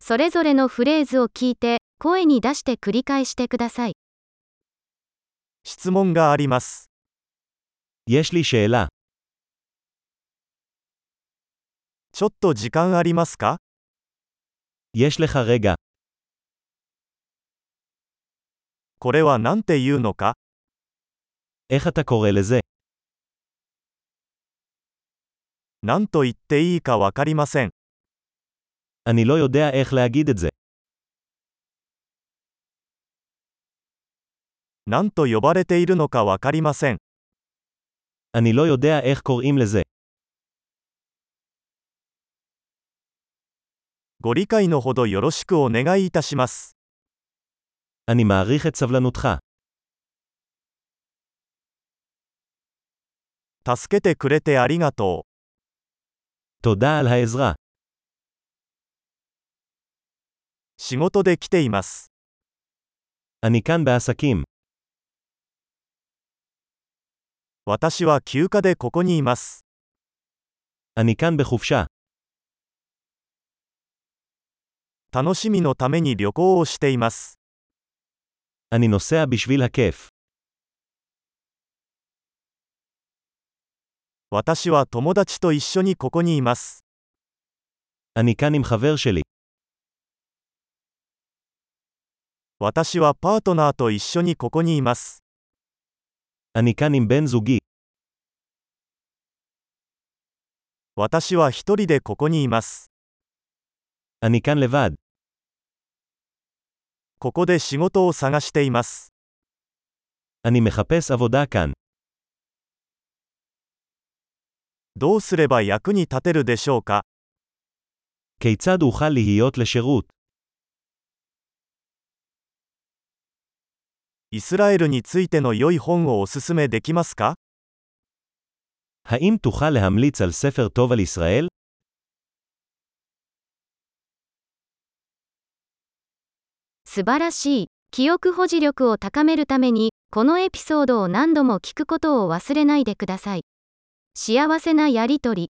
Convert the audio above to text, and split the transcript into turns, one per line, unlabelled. それぞれのフレーズを聞いて、声に出して繰り返してください。
質問があります。
יש לי שאלה.
ちょっと時間ありますか
יש לך רגע.
これは何て言うのか
איך אתה קורא לזה?
何と言っていいかわかりません。
אני לא יודע איך להגיד את זה.
何と呼ばれているのかわかりません。
אני לא יודע איך קוראים לזה.
ご理解のほどよろしくお願いいたします。
אני מעריך את סבלנותך.
助けてくれてありがとう。
תודה על העזרה.
仕事で来ています。
אני כאן בעסקים.
私は休暇でここにいます。
אני כאן בחופשה.
楽しみのために旅行をしています。
אני נוסע בשביל הכיף.
私は友達と一緒にここにいます。
אני כאן עם חבר שלי.
私はパートナーと一緒にここにいます。
אני כאן עם בן זוגי.
私は一人でここにいます。
אני כאן לבד.
ここで仕事を探しています。
אני מחפש עבודה כאן.
どうすれば役に立てるでしょうか
כיצד אוכל להיות לשירות?
イスラエルについての良い本をおすすめできますか
האם תוכל להמליץ על ספר טוב על ישראל?
素晴らしい。記憶保持力を高めるために、このエピソードを何度も聞くことを忘れないでください。幸せなやりとり。